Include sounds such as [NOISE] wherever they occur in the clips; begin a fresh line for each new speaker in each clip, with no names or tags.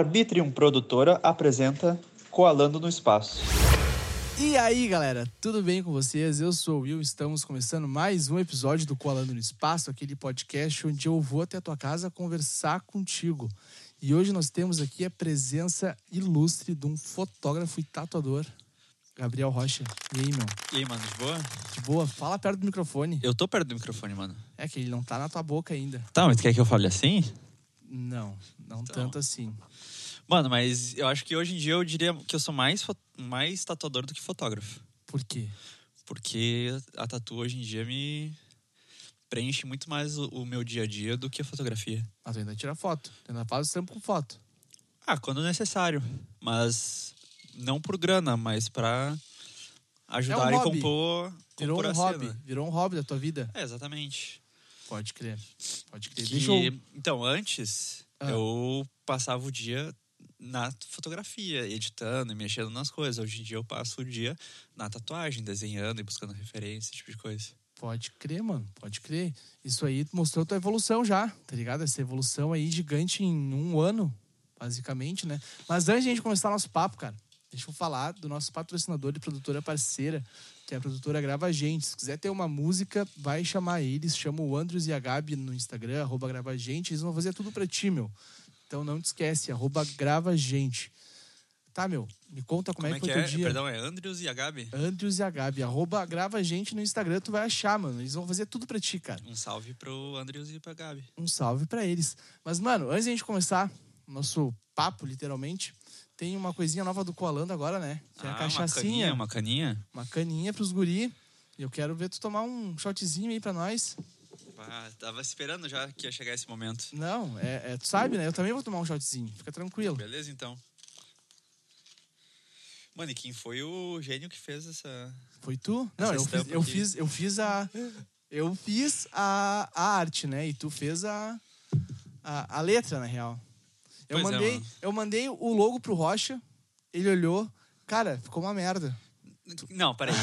Arbitrium Produtora um apresenta Coalando no Espaço.
E aí, galera, tudo bem com vocês? Eu sou o Will, estamos começando mais um episódio do Colando no Espaço, aquele podcast onde eu vou até a tua casa conversar contigo. E hoje nós temos aqui a presença ilustre de um fotógrafo e tatuador, Gabriel Rocha. E aí, meu?
E aí, mano, de boa?
De boa, fala perto do microfone.
Eu tô perto do microfone, mano.
É que ele não tá na tua boca ainda.
Tá, mas tu quer que eu fale assim?
Não, não tanto assim.
Mano, mas eu acho que hoje em dia eu diria que eu sou mais, fo- mais tatuador do que fotógrafo.
Por quê?
Porque a tatu hoje em dia me preenche muito mais o, o meu dia a dia do que a fotografia.
Ah, tu ainda tira foto, tu ainda faz o trampo com foto.
Ah, quando necessário. Mas não por grana, mas pra ajudar
É um
e
hobby.
compor,
Virou
compor
um
a
hobby,
cena.
virou um hobby da tua vida.
É, exatamente.
Pode crer. Pode crer.
Que-
Deixa eu...
Então, antes,
um- Ah.
eu passava o dia na fotografia, editando e mexendo nas coisas. Hoje em dia eu passo o dia na tatuagem, desenhando e buscando referência, esse tipo de coisa.
Pode crer, mano. Pode crer. Isso aí mostrou tua evolução já, tá ligado? Essa evolução aí gigante em um ano, basicamente, né? Mas antes de a gente começar nosso papo, cara, deixa eu falar do nosso patrocinador e produtora parceira, que é a produtora Grava Gente. Se quiser ter uma música, vai chamar eles. Chama o Andros e a Gabi no Instagram, arroba Grava Gente. Eles vão fazer tudo pra ti, meu. Então não te esquece, arroba Grava Gente. Tá, meu? Me conta como,
Como,
é
é
que
que
foi teu
é?
dia.
Perdão, é Andrews e a Gabi?
Andrews e a Gabi. Arroba, grava a gente no Instagram, tu vai achar, mano. Eles vão fazer tudo pra ti, cara.
Um salve pro Andrews e pra Gabi.
Um salve pra eles. Mas, mano, antes de a gente começar o nosso papo, literalmente, tem uma coisinha nova do Coalando agora, né? Que é a
Ah,
cachaçinha. Uma caninha,
Uma caninha, uma
pros guri. E eu quero ver tu tomar um shotzinho aí pra nós.
caninha? Ah, tava esperando já que ia chegar esse momento.
Não, é, é- tu sabe, né? Eu também vou tomar um shotzinho. Fica tranquilo.
Beleza, então. Mano, e quem foi o gênio que fez essa...
Foi tu? Não,
Essa
eu fiz,
estampa
eu
aqui.
fiz, eu fiz a. Eu fiz a, a arte, né? E tu fez a, a, a letra, na real.
Pois
Eu
é,
mandei,
mano.
eu mandei o logo pro Rocha, ele olhou, cara, ficou uma merda. [LAUGHS]
Não, peraí.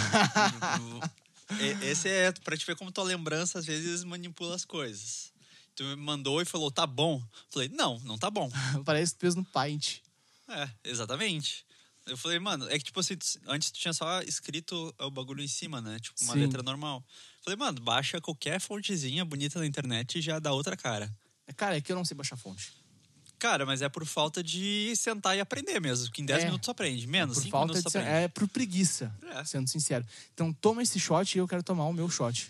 E- Esse é pra te ver como tua lembrança às vezes manipula as coisas. Tu me mandou e falou, tá bom. Falei, não, não tá bom.
Parece que tu fez no Paint.
É, exatamente. Eu falei, mano, é que tipo assim, tu- antes tu tinha só escrito o bagulho em cima, né? Tipo, uma
Sim.
letra normal. Falei, mano, baixa qualquer fontezinha bonita na internet e já dá outra cara.
Cara, é que eu não sei baixar fonte.
Cara, mas é por falta de sentar e aprender mesmo. Que em 10
É.
minutos tu aprende. Menos,
Por
5
falta
minutos
de.
tu
ser-
aprende.
É por preguiça,
É.
sendo sincero. Então toma esse shot e eu quero tomar o meu shot.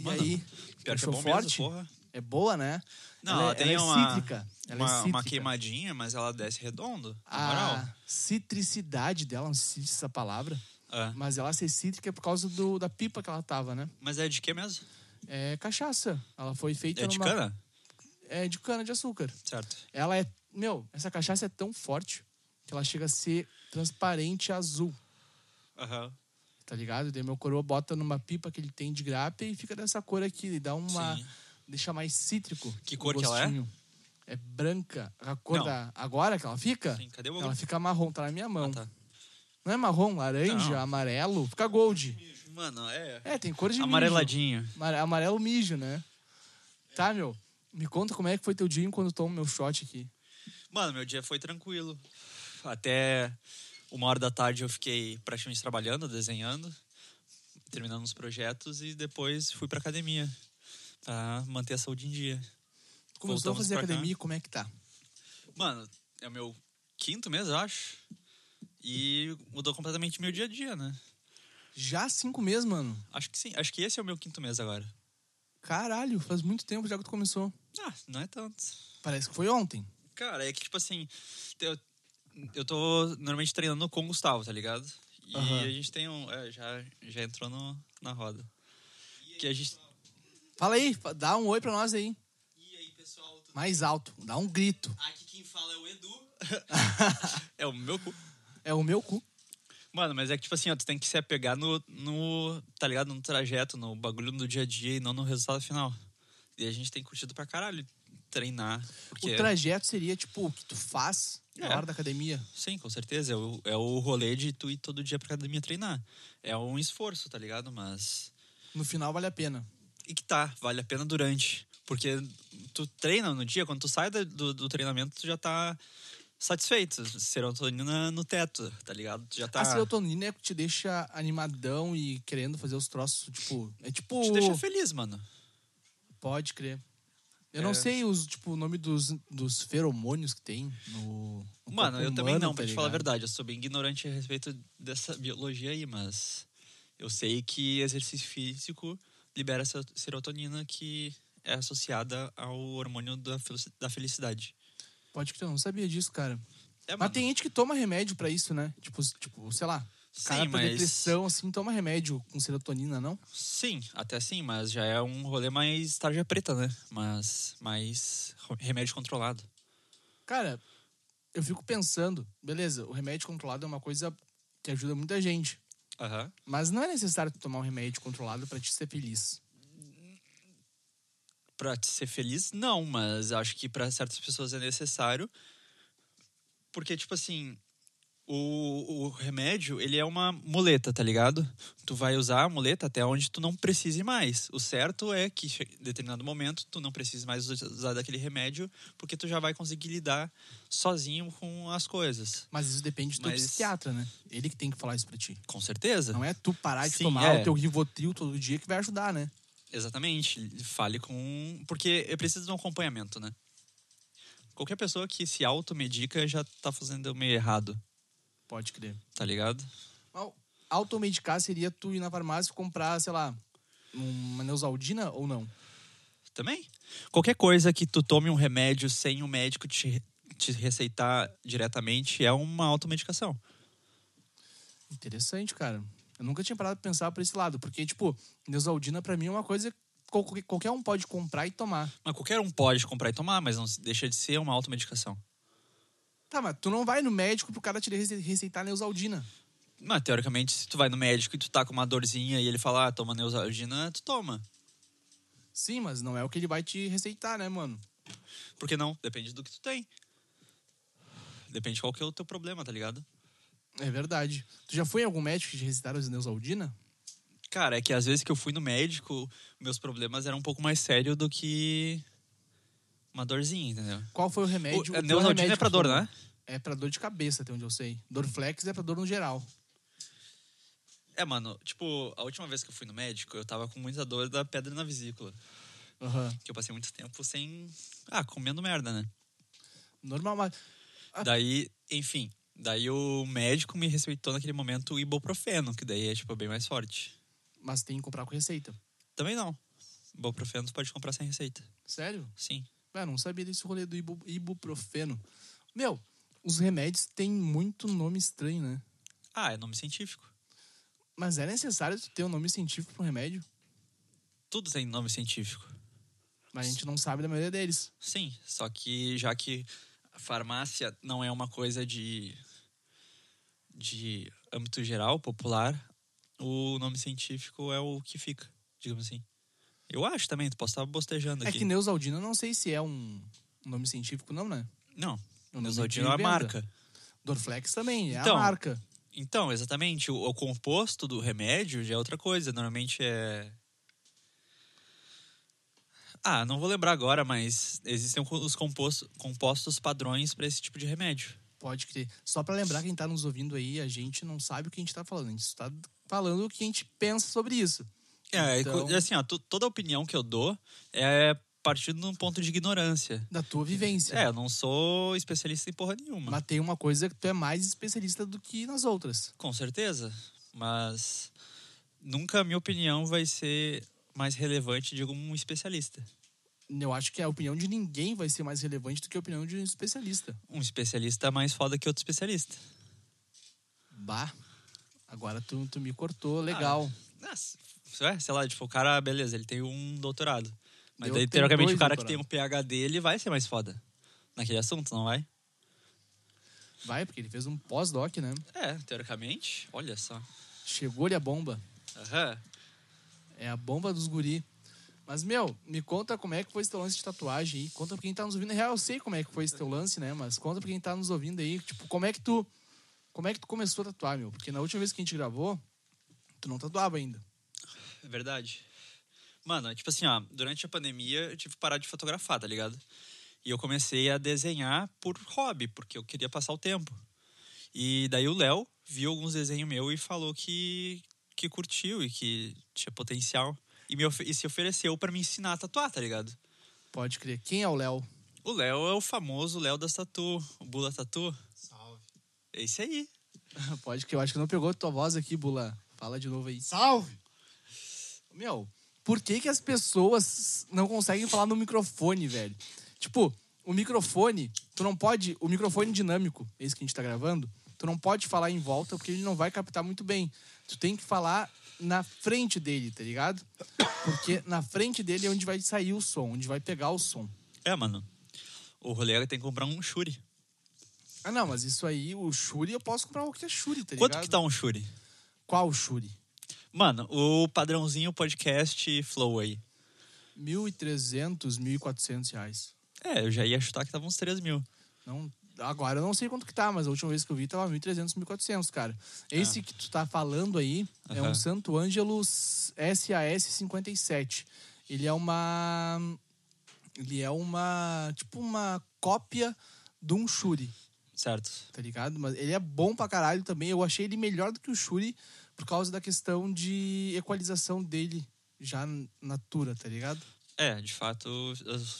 Mano,
e aí?
Pior que é
achou
bom
forte?
mesmo, porra.
É boa, né?
Não,
ela,
ela
é-
tem
ela é
uma-
cítrica. Ela é
uma,
cítrica. Ah.
uma queimadinha, mas ela desce redondo. Na moral.
a citricidade dela, não sei se existe essa palavra,
Ah,
mas ela ser cítrica é por causa do, da pipa que ela tava, né?
Mas é de que mesmo?
É cachaça. Ela foi feita
É de
numa.
cana?
É de cana de açúcar.
Certo.
Ela é. Meu, essa cachaça é tão forte que ela chega a ser transparente azul,
Aham.
tá ligado? Daí meu coroa bota numa pipa que ele tem de grapa e fica dessa cor aqui, e dá uma.
Sim.
Deixa mais cítrico.
Que
o
cor que ela é?
gostinho. É branca. A cor
Não.
da. Agora que ela fica?
Sim, cadê o
Ela
bagulho?
fica marrom, tá na minha mão.
tá.
Não é marrom, laranja,
Não.
amarelo, fica gold.
Mano, é.
É, tem cor de mijo.
Amareladinho.
Amare- Amarelo mijo, né? Tá, meu. Me conta como é que foi teu dia enquanto eu tomo meu shot aqui.
Mano, meu dia foi tranquilo. Até uma hora da tarde eu fiquei praticamente trabalhando, desenhando, terminando os projetos e depois fui pra academia. Pra manter a saúde em dia.
Começou a
Voltamos
fazer
pra cá.
academia, como é que tá?
Mano, é o meu quinto mês, eu acho. E mudou completamente meu dia a dia, né?
Já há cinco meses, mano.
Acho que sim. Acho que esse é o meu quinto mês agora.
Caralho, faz muito tempo já que tu começou.
Ah, não é tanto.
Parece que foi ontem.
Cara, é que, tipo assim, eu, eu tô normalmente treinando com o Gustavo, tá ligado? E
Aham.
a gente tem um. é, já, já entrou no, na roda. Que a gente.
Fala aí, fa- dá um oi pra nós aí.
E aí, pessoal?
Mais alto, dá um grito.
Aqui quem fala é o Edu. é o meu cu.
É o meu cu.
Mano, mas é que, tipo assim, ó, tu tem que se apegar no, no. Tá ligado? No trajeto, no bagulho do dia a dia e não no resultado final. E a gente tem curtido pra caralho treinar. Porque,
O trajeto seria, tipo, o que tu faz
É.
na hora da academia.
Sim, com certeza. É o, é o rolê de tu ir todo dia pra academia treinar. É um esforço, tá ligado? Mas.
No final vale a pena.
e que tá, vale a pena durante. Porque tu treina no dia, quando tu sai da- do, do treinamento, tu já tá satisfeito. Serotonina no teto, tá ligado? Tu já tá.
A serotonina é que te deixa animadão e querendo fazer os troços, tipo. É tipo.
Te deixa feliz, mano.
Pode crer. Eu
É.
não sei os, tipo, o nome dos, dos feromônios que tem no. no corpo
Mano, eu também
humano,
não,
tá
pra te falar a
ligado?
verdade. Eu sou bem ignorante a respeito dessa biologia aí, mas eu sei que exercício físico libera se- serotonina que é associada ao hormônio da fel- da felicidade.
Pode crer, eu não sabia disso, cara.
É,
Mas
mano,
tem gente que toma remédio pra isso, né? Tipo, s- tipo sei lá.
sim,
Cara, pra
mas-
depressão, assim, toma remédio com serotonina, não?
Sim, até sim, mas já é um rolê mais tarja preta, né? Mas mais ro- remédio controlado.
Cara, eu fico pensando, beleza, o remédio controlado é uma coisa que ajuda muita gente.
Aham.
Mas não é necessário tu tomar um remédio controlado pra te ser feliz.
Pra te ser feliz, não, mas acho que pra certas pessoas é necessário. Porque, tipo assim, o, o remédio, ele é uma muleta, tá ligado? Tu vai usar a muleta até onde tu não precise mais. O certo é que che- em determinado momento tu não precise mais us- usar daquele remédio, porque tu já vai conseguir lidar sozinho com as coisas.
Mas isso depende do teu
Mas-
psiquiatra, né? Ele que tem que falar isso pra ti.
Com certeza.
Não é tu parar de
Sim,
tomar
é.
o teu Rivotril todo dia que vai ajudar, né?
Exatamente. Fale com. Porque eu preciso de um acompanhamento, né? Qualquer pessoa que se automedica já tá fazendo meio errado,
Pode crer.
tá ligado?
Au- Automedicar seria tu ir na farmácia e comprar, sei lá, uma Neusaldina ou não?
Também. Qualquer coisa que tu tome um remédio sem o médico te, te receitar diretamente é uma automedicação.
Interessante, cara. Eu nunca tinha parado pra pensar por esse lado, porque, tipo, Neusaldina pra mim é uma coisa que qual- qualquer um pode comprar e tomar.
Mas qualquer um pode comprar e tomar, mas não se- deixa de ser uma automedicação.
Tá, mas tu não vai no médico pro cara te rece- receitar Neusaldina.
Mas, teoricamente, se tu vai no médico e tu tá com uma dorzinha e ele fala, ah, toma Neusaldina, tu toma.
Sim, mas não é o que ele vai te receitar, né, mano?
Por que não? Depende do que tu tem. Depende qual que é o teu problema, tá ligado?
É verdade. Tu já foi em algum médico que te receitaram Neusaldina?
Cara, é que às vezes que eu fui no médico, meus problemas eram um pouco mais sérios do que uma dorzinha, entendeu?
Qual foi o remédio?
O- a
qual
Neusaldina
remédio
é pra
que
dor,
tu
né?
É pra dor de cabeça, até onde eu sei. Dorflex é pra dor no geral.
É, mano, tipo, a última vez que eu fui no médico, eu tava com muita dor da pedra na vesícula.
Aham.
Que eu passei muito tempo sem. Ah, comendo merda, né?
Normal, mas. Ah.
Daí, enfim. Daí o médico me receitou naquele momento o ibuprofeno, que daí é, tipo, bem mais forte.
Mas tem que comprar com receita.
Também não. Ibuprofeno tu pode comprar sem receita.
Sério?
Sim.
Cara, Ah, não sabia desse rolê do ibu- ibuprofeno. Meu, os remédios têm muito nome estranho, né?
Ah, é nome científico.
Mas é necessário tu ter um nome científico pro remédio?
Tudo tem nome científico.
Mas a gente não sabe da maioria deles.
Sim, só que já que a farmácia não é uma coisa de, de âmbito geral, popular, o nome científico é o que fica, digamos assim. Eu acho também, tu posso estar bostejando
É
aqui.
que Neusaldina, eu não sei se é um um nome científico, não, né?
Não,
É um nome
Neusaldina
de
é a
venda.
marca.
Dorflex também, é
Então.
a marca.
Então, exatamente, o, o composto do remédio já é outra coisa, normalmente é... Ah, não vou lembrar agora, mas existem os compostos, compostos padrões para esse tipo de remédio.
Pode crer. Só pra lembrar quem tá nos ouvindo aí, a gente não sabe o que a gente tá falando. A gente tá falando o que a gente pensa sobre isso.
É,
Então-
e assim, ó, to- toda opinião que eu dou é partindo de um ponto de ignorância.
Da tua vivência.
É, eu não sou especialista em porra nenhuma.
Mas tem uma coisa que tu é mais especialista do que nas outras.
Com certeza. Mas nunca a minha opinião vai ser mais relevante de algum especialista.
Eu acho que a opinião de ninguém vai ser mais relevante do que a opinião de um especialista.
Um especialista é mais foda que outro especialista.
Bah, agora tu, tu me cortou, legal.
Ah, se- é, sei lá, tipo, o cara, beleza, ele tem um doutorado. Mas
Eu
daí,
tenho
teoricamente,
dois
o cara que tem um
doutorados.
PhD, ele vai ser mais foda naquele assunto, não vai?
Vai, porque ele fez um pós-doc, né?
É, teoricamente, olha só.
Chegou-lhe a bomba.
Aham.
É a bomba dos guri. Mas, meu, me conta como é que foi esse teu lance de tatuagem aí. Conta pra quem tá nos ouvindo. Na real, eu sei como é que foi esse teu lance, né? Mas conta pra quem tá nos ouvindo aí, tipo, como é que tu. Como é que tu começou a tatuar, meu? Porque na última vez que a gente gravou, tu não tatuava ainda.
É verdade. Mano, é tipo assim, ó, durante a pandemia eu tive que parar de fotografar, tá ligado? E eu comecei a desenhar por hobby, porque eu queria passar o tempo. E daí o Léo viu alguns desenhos meus e falou que, que curtiu e que tinha potencial. E, me ofe- e se ofereceu pra me ensinar a tatuar, tá ligado?
Pode crer. Quem é o Léo? [LAUGHS]
O Léo é o famoso Léo das Tatu, o Bula Tatu.
Salve.
É isso aí.
Pode crer. Eu acho que não pegou tua voz aqui, Bula. Fala de novo aí.
Salve!
Meu, por que que as pessoas não conseguem falar no microfone, velho? Tipo, o microfone, tu não pode... O microfone dinâmico, esse que a gente tá gravando, tu não pode falar em volta porque ele não vai captar muito bem. Tu tem que falar na frente dele, tá ligado? Porque na frente dele é onde vai sair o som, onde vai pegar o som.
É, mano. O rolê tem que comprar um Shuri.
Ah, não, mas isso aí, o Shuri, eu posso comprar o que é Shuri, tá ligado?
Quanto que tá um Shuri?
Qual Shuri?
Mano, o padrãozinho podcast Flow aí.
1.300, 1.400 reais.
É, eu já ia chutar que tava uns 3 mil.
Não, agora eu não sei quanto que tá, mas a última vez que eu vi tava 1.300, 1.400, cara. Esse que tu tá falando aí é um
Aham.
Santo Ângelo SAS57. Ele é uma... Ele é uma... Tipo uma cópia de um Shuri.
Certo.
tá ligado? Mas ele é bom pra caralho também. Eu achei ele melhor do que o Shuri por causa da questão de equalização dele já n- natura, tá ligado?
É, de fato,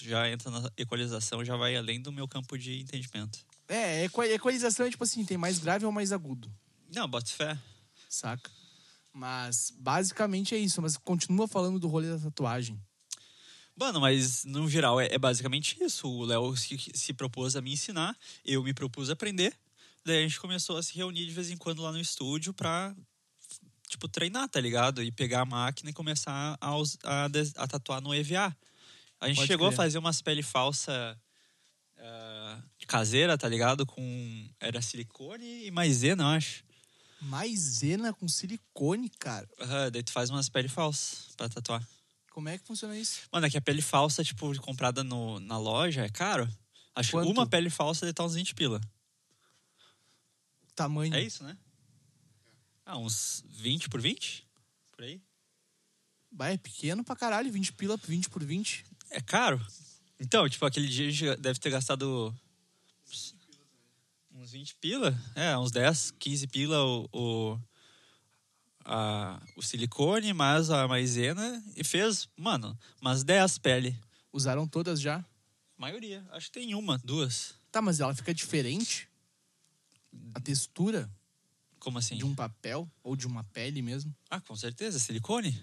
já entra na equalização, já vai além do meu campo de entendimento.
É, equa- equalização é tipo assim, tem mais grave ou mais agudo,
Não, bota fé.
saca? Mas basicamente é isso, mas continua falando do rolê da tatuagem.
Mano, mas no geral é, é basicamente isso. O Léo se, se propôs a me ensinar, eu me propus a aprender. Daí a gente começou a se reunir de vez em quando lá no estúdio pra, tipo, treinar, tá ligado? E pegar a máquina e começar a, us- a des- a tatuar no EVA. A gente
Pode
chegou
crer.
a fazer umas pele falsa ah, caseira, tá ligado? Com. Era silicone e maisena, eu acho.
Maisena com silicone, cara.
Aham, daí tu faz umas pele falsas pra tatuar.
Como é que funciona isso?
Mano, é que a pele falsa, tipo, comprada no, na loja é caro. Acho que
Quanto?
uma pele falsa deve estar uns 20 pila.
Tamanho.
É isso, né? Ah, uns 20 por 20? Por aí?
Bah, é pequeno pra caralho, 20 pila, 20 por 20.
É caro. Então, tipo, aquele dia a gente deve ter gastado. Uns 20 pila? É, uns 10, 15 pila o. o a- o silicone, mais a maisena e fez, mano, umas 10 pele.
Usaram todas já.
Maioria, acho que tem uma, duas.
Tá, mas ela fica diferente? A textura?
Como assim?
de um papel ou de uma pele mesmo.
Ah, com certeza, silicone?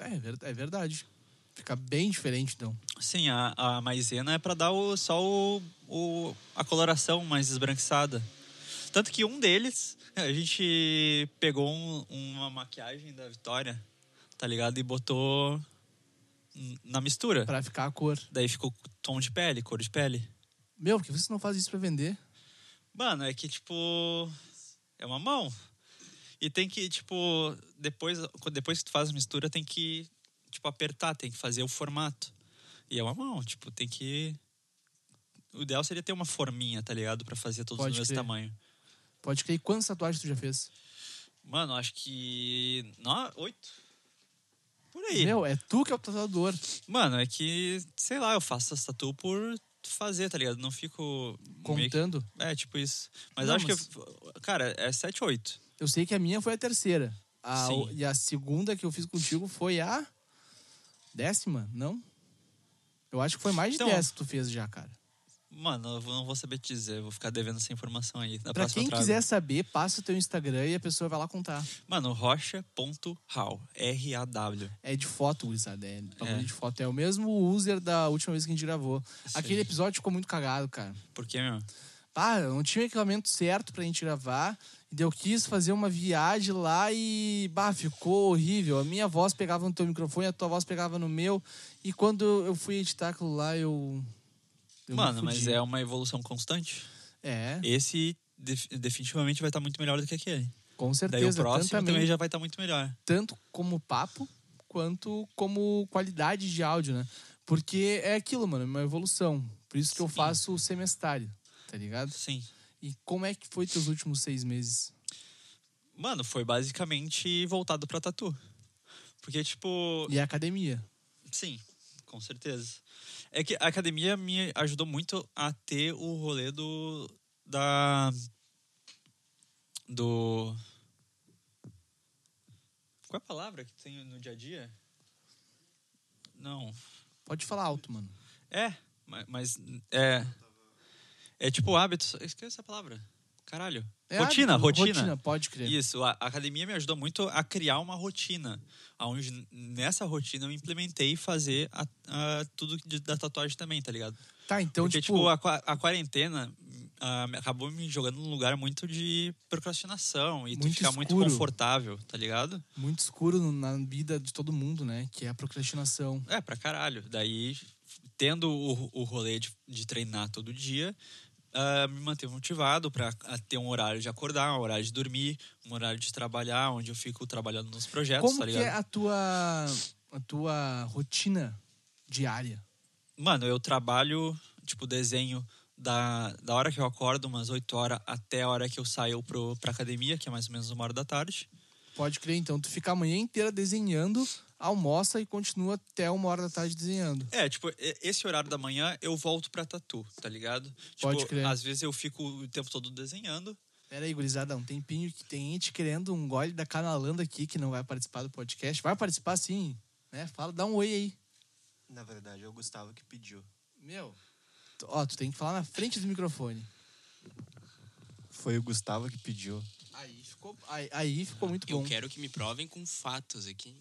É, é ver- é verdade. Fica bem diferente, então.
Sim, a, a maisena é pra dar o, só o, o- a coloração mais esbranquiçada. Tanto que um deles, [LAUGHS] a gente pegou um- uma maquiagem da Vitória, tá ligado? E botou n- na mistura.
Pra ficar a cor.
Daí ficou tom de pele, cor de pele.
Meu, por que você não faz isso pra vender?
Mano, é que, tipo, é uma mão. E tem que, tipo, depois, depois que tu faz a mistura, tem que, tipo, apertar, tem que fazer o formato. E é uma mão, tipo, tem que... O ideal seria ter uma forminha, tá ligado? Pra fazer todos
Pode
do mesmo
crer.
tamanho.
Pode crer. Quantas tatuagens tu já fez?
Mano, acho que... Não, oito? Por aí.
Meu, é tu que é o tatuador.
Mano, é que, sei lá, eu faço essa tatu por fazer, tá ligado? Não fico... meio que-
Contando.
É, tipo isso. Mas
Não,
acho
mas-
que... eu- Cara, é sete, oito.
Eu sei que a minha foi a terceira. A,
Sim.
o- e a segunda que eu fiz contigo foi a décima, não? Eu acho que foi mais de
Então-
10 que tu fez já, cara.
Mano, eu vou- não vou saber te dizer, eu vou ficar devendo essa informação aí. Na
Pra
próxima
quem
eu trago.
quiser saber, passa o teu Instagram e a pessoa vai lá contar.
Mano, rocha.raw. R-A-W.
É de foto, gurizada. É, bagulho
É.
de foto. É o mesmo user da última vez que a gente gravou.
Isso
Aquele
aí.
episódio ficou muito cagado, cara.
Por quê, meu?
Pá, não tinha o equipamento certo pra gente gravar. E daí eu quis fazer uma viagem lá e, bah, ficou horrível. A minha voz pegava no teu microfone, a tua voz pegava no meu. E quando eu fui editar aquilo lá, eu. eu me
Mano, mas
fudi.
é uma evolução constante.
É,
Esse def- definitivamente vai estar muito melhor do que aquele.
com
Daí o
certeza.
próximo
Tanto, a
também
mim-
já vai estar muito melhor.
tanto como papo, quanto como qualidade de áudio, né? Porque é aquilo, mano, é uma evolução. Por isso que eu
Sim.
faço o semestrário, tá ligado?
Sim.
E como é que foi teus últimos seis meses?
Mano, foi basicamente voltado pra tatu. Porque, tipo,
E a academia.
sim, com certeza. É que a academia me ajudou muito a ter o rolê do. da. do. Qual é a palavra que tem no dia a dia? Não.
Pode falar alto, mano.
É, ma- mas. É. É tipo hábitos. Eu esqueci a palavra. Caralho.
É
rotina,
hábito,
rotina.
Pode crer.
Isso, a a academia me ajudou muito a criar uma rotina, onde n- nessa rotina eu implementei fazer a- a tudo de- da tatuagem também, tá ligado?
Tá, então,
Porque,
tipo,
tipo, a, qua- a quarentena hum, ah, me- acabou me jogando num lugar muito de procrastinação e tu
Muito
ficar muito
escuro.
confortável, tá ligado?
muito escuro no- na vida de todo mundo, né? Que é a procrastinação.
É, pra caralho. Daí, tendo o, o rolê de, de treinar todo dia, ah, me manteve motivado pra ah, ter um horário de acordar, um horário de dormir, um horário de trabalhar, onde eu fico trabalhando nos projetos,
Como
tá
que
ligado?
é a tua, a tua rotina diária?
Mano, eu trabalho, tipo, desenho da, da hora que eu acordo, umas 8 horas, até a hora que eu saio pro, pra academia, que é mais ou menos uma hora da tarde.
Pode crer, então, tu fica a manhã inteira desenhando, almoça e continua até uma hora da tarde desenhando.
É, tipo, e- esse horário da manhã eu volto pra tatu, tá ligado?
Pode
tipo,
crer.
às vezes eu fico o tempo todo desenhando.
Pera aí, gurizada, um tempinho que tem gente querendo um gole da Canalanda aqui, que não vai participar do podcast. Vai participar sim, né? Fala, dá um oi aí.
Na verdade, é o Gustavo que pediu.
Meu, tu- ó, tu tem que falar na frente do microfone.
Foi o Gustavo que pediu.
Aí ficou, aí, aí ficou muito
Eu
bom.
quero que me provem com fatos aqui.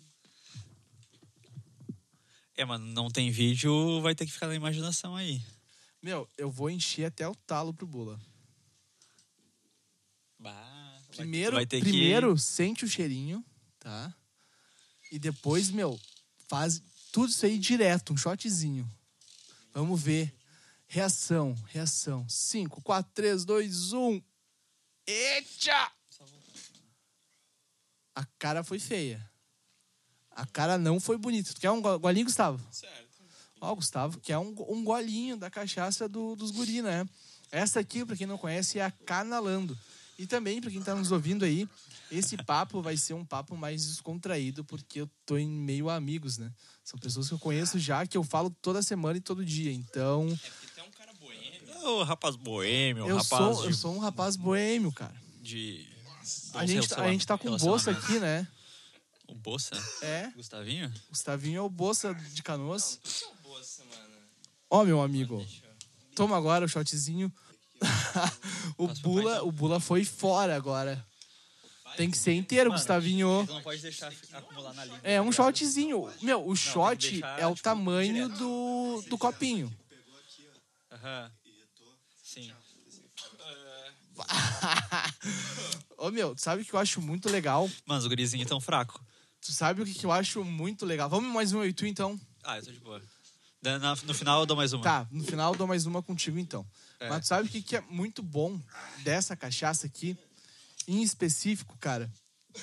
É, mano, não tem vídeo, vai ter que ficar na imaginação aí.
Meu, eu vou encher até o talo pro Bula.
Bah.
Primeiro,
vai ter que-
primeiro sente o cheirinho, tá? E depois, meu, faz tudo isso aí direto, um shotzinho. Vamos ver. Reação, reação. 5, 4, 3, 2, 1. Eita! A cara foi feia. A cara não foi bonita. Tu quer um go- golinho, Gustavo?
Certo.
Ó, Gustavo, que é um, go- um golinho da cachaça do- dos guri, né? Essa aqui, pra quem não conhece, é a Canalando. E também, pra quem tá nos ouvindo aí, esse papo vai ser um papo mais descontraído, porque eu tô em meio a amigos, né? São pessoas que eu conheço já, que eu falo toda semana e todo dia. Então,
É porque tu é um cara boêmio.
Ô, rapaz boêmio,
eu,
É rapaz
sou,
de...
eu sou um rapaz boêmio, cara.
de- um
A gente, tá- a gente tá com o Bolsa aqui, né?
O Bolsa?
É,
Gustavinho?
o Gustavinho é o Bolsa de Canoas.
Sou boa semana.
Ó, meu amigo, toma agora o shotzinho. [LAUGHS] o,
Posso
Bula,
papai, então?
o Bula foi fora agora. Tem que ser inteiro, Gustavinho.
não pode deixar fi- acumular na língua.
É, um shotzinho. Meu, o
tem que
shot
deixar,
é o
tipo,
tamanho do, do copinho.
Aham. Sim.
Ô, meu, tu sabe o que eu acho muito legal?
Mano, os gurizinhos tão fraco.
Tu sabe o que que eu acho muito legal? Vamos mais um eu e tu, então?
Ah, eu tô de boa. Da- na- no final eu dou mais uma.
Tá, no final eu dou mais uma contigo, então.
É.
Mas tu sabe o que que é muito bom dessa cachaça aqui? Em específico, cara,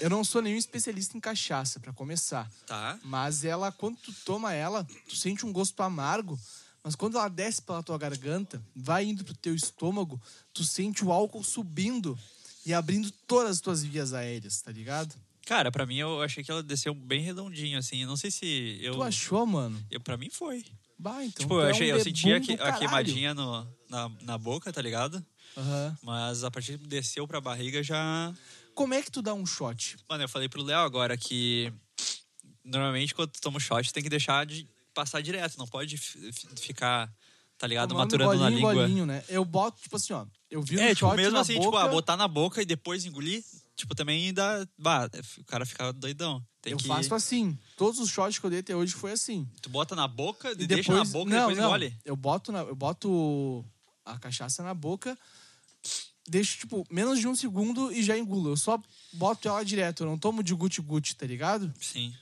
eu não sou nenhum especialista em cachaça, pra começar.
Tá.
Mas ela, quando tu toma ela, tu sente um gosto amargo, mas quando ela desce pela tua garganta, vai indo pro teu estômago, tu sente o álcool subindo e abrindo todas as tuas vias aéreas, tá ligado?
Cara, pra mim eu achei que ela desceu bem redondinho, assim. Eu Não sei se eu.
Tu achou, mano?
eu pra mim foi.
Bah, então.
tipo,
tu
eu,
é
achei,
um
eu senti a,
bebum
que-
do
a
caralho.
queimadinha no, na, na boca, tá ligado?
Aham.
Mas a partir que desceu pra barriga já.
Como é que tu dá um shot?
Mano, eu falei pro Léo agora que. Normalmente quando tu toma um shot tem que deixar de passar direto, não pode fi- fi- ficar, tá ligado?
Tomando
Maturando na língua.
Bolinho, né? Eu boto, tipo assim, ó. Eu vi um
É, tipo,
shot
mesmo
na
assim,
boca,
tipo, ah, botar na boca e depois engolir, tipo, também dá. Bah, é, o cara fica doidão. Tem
eu
que.
faço assim. Todos os shots que eu dei até hoje foi assim.
Tu bota na boca,
E
deixa na boca e depois engole.
Eu boto, na- eu boto a cachaça na boca, deixo, tipo, menos de um segundo e já engulo. Eu só boto ela direto, eu não tomo de guti-guti, tá ligado?
Sim.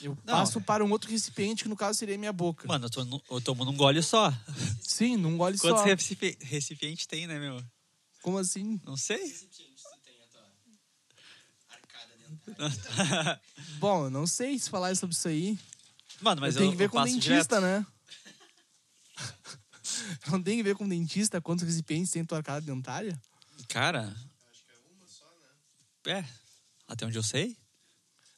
Eu passo para um outro recipiente, que no caso seria minha boca.
é. Mano, eu, tô nu- eu tomo num gole só.
Sim, num gole
Quantos
só.
recipi- recipientes tem, né, meu?
Como assim?
Não sei. [LAUGHS]
Bom, eu não sei se falar sobre isso aí.
Mano, mas eu,
tem que ver
eu
com o
passo
dentista,
direto.
né? [LAUGHS] Não tem que ver com o dentista quantos recipientes tem em tua arcada dentária?
Cara. Acho que é uma só, né? É. Até onde eu sei.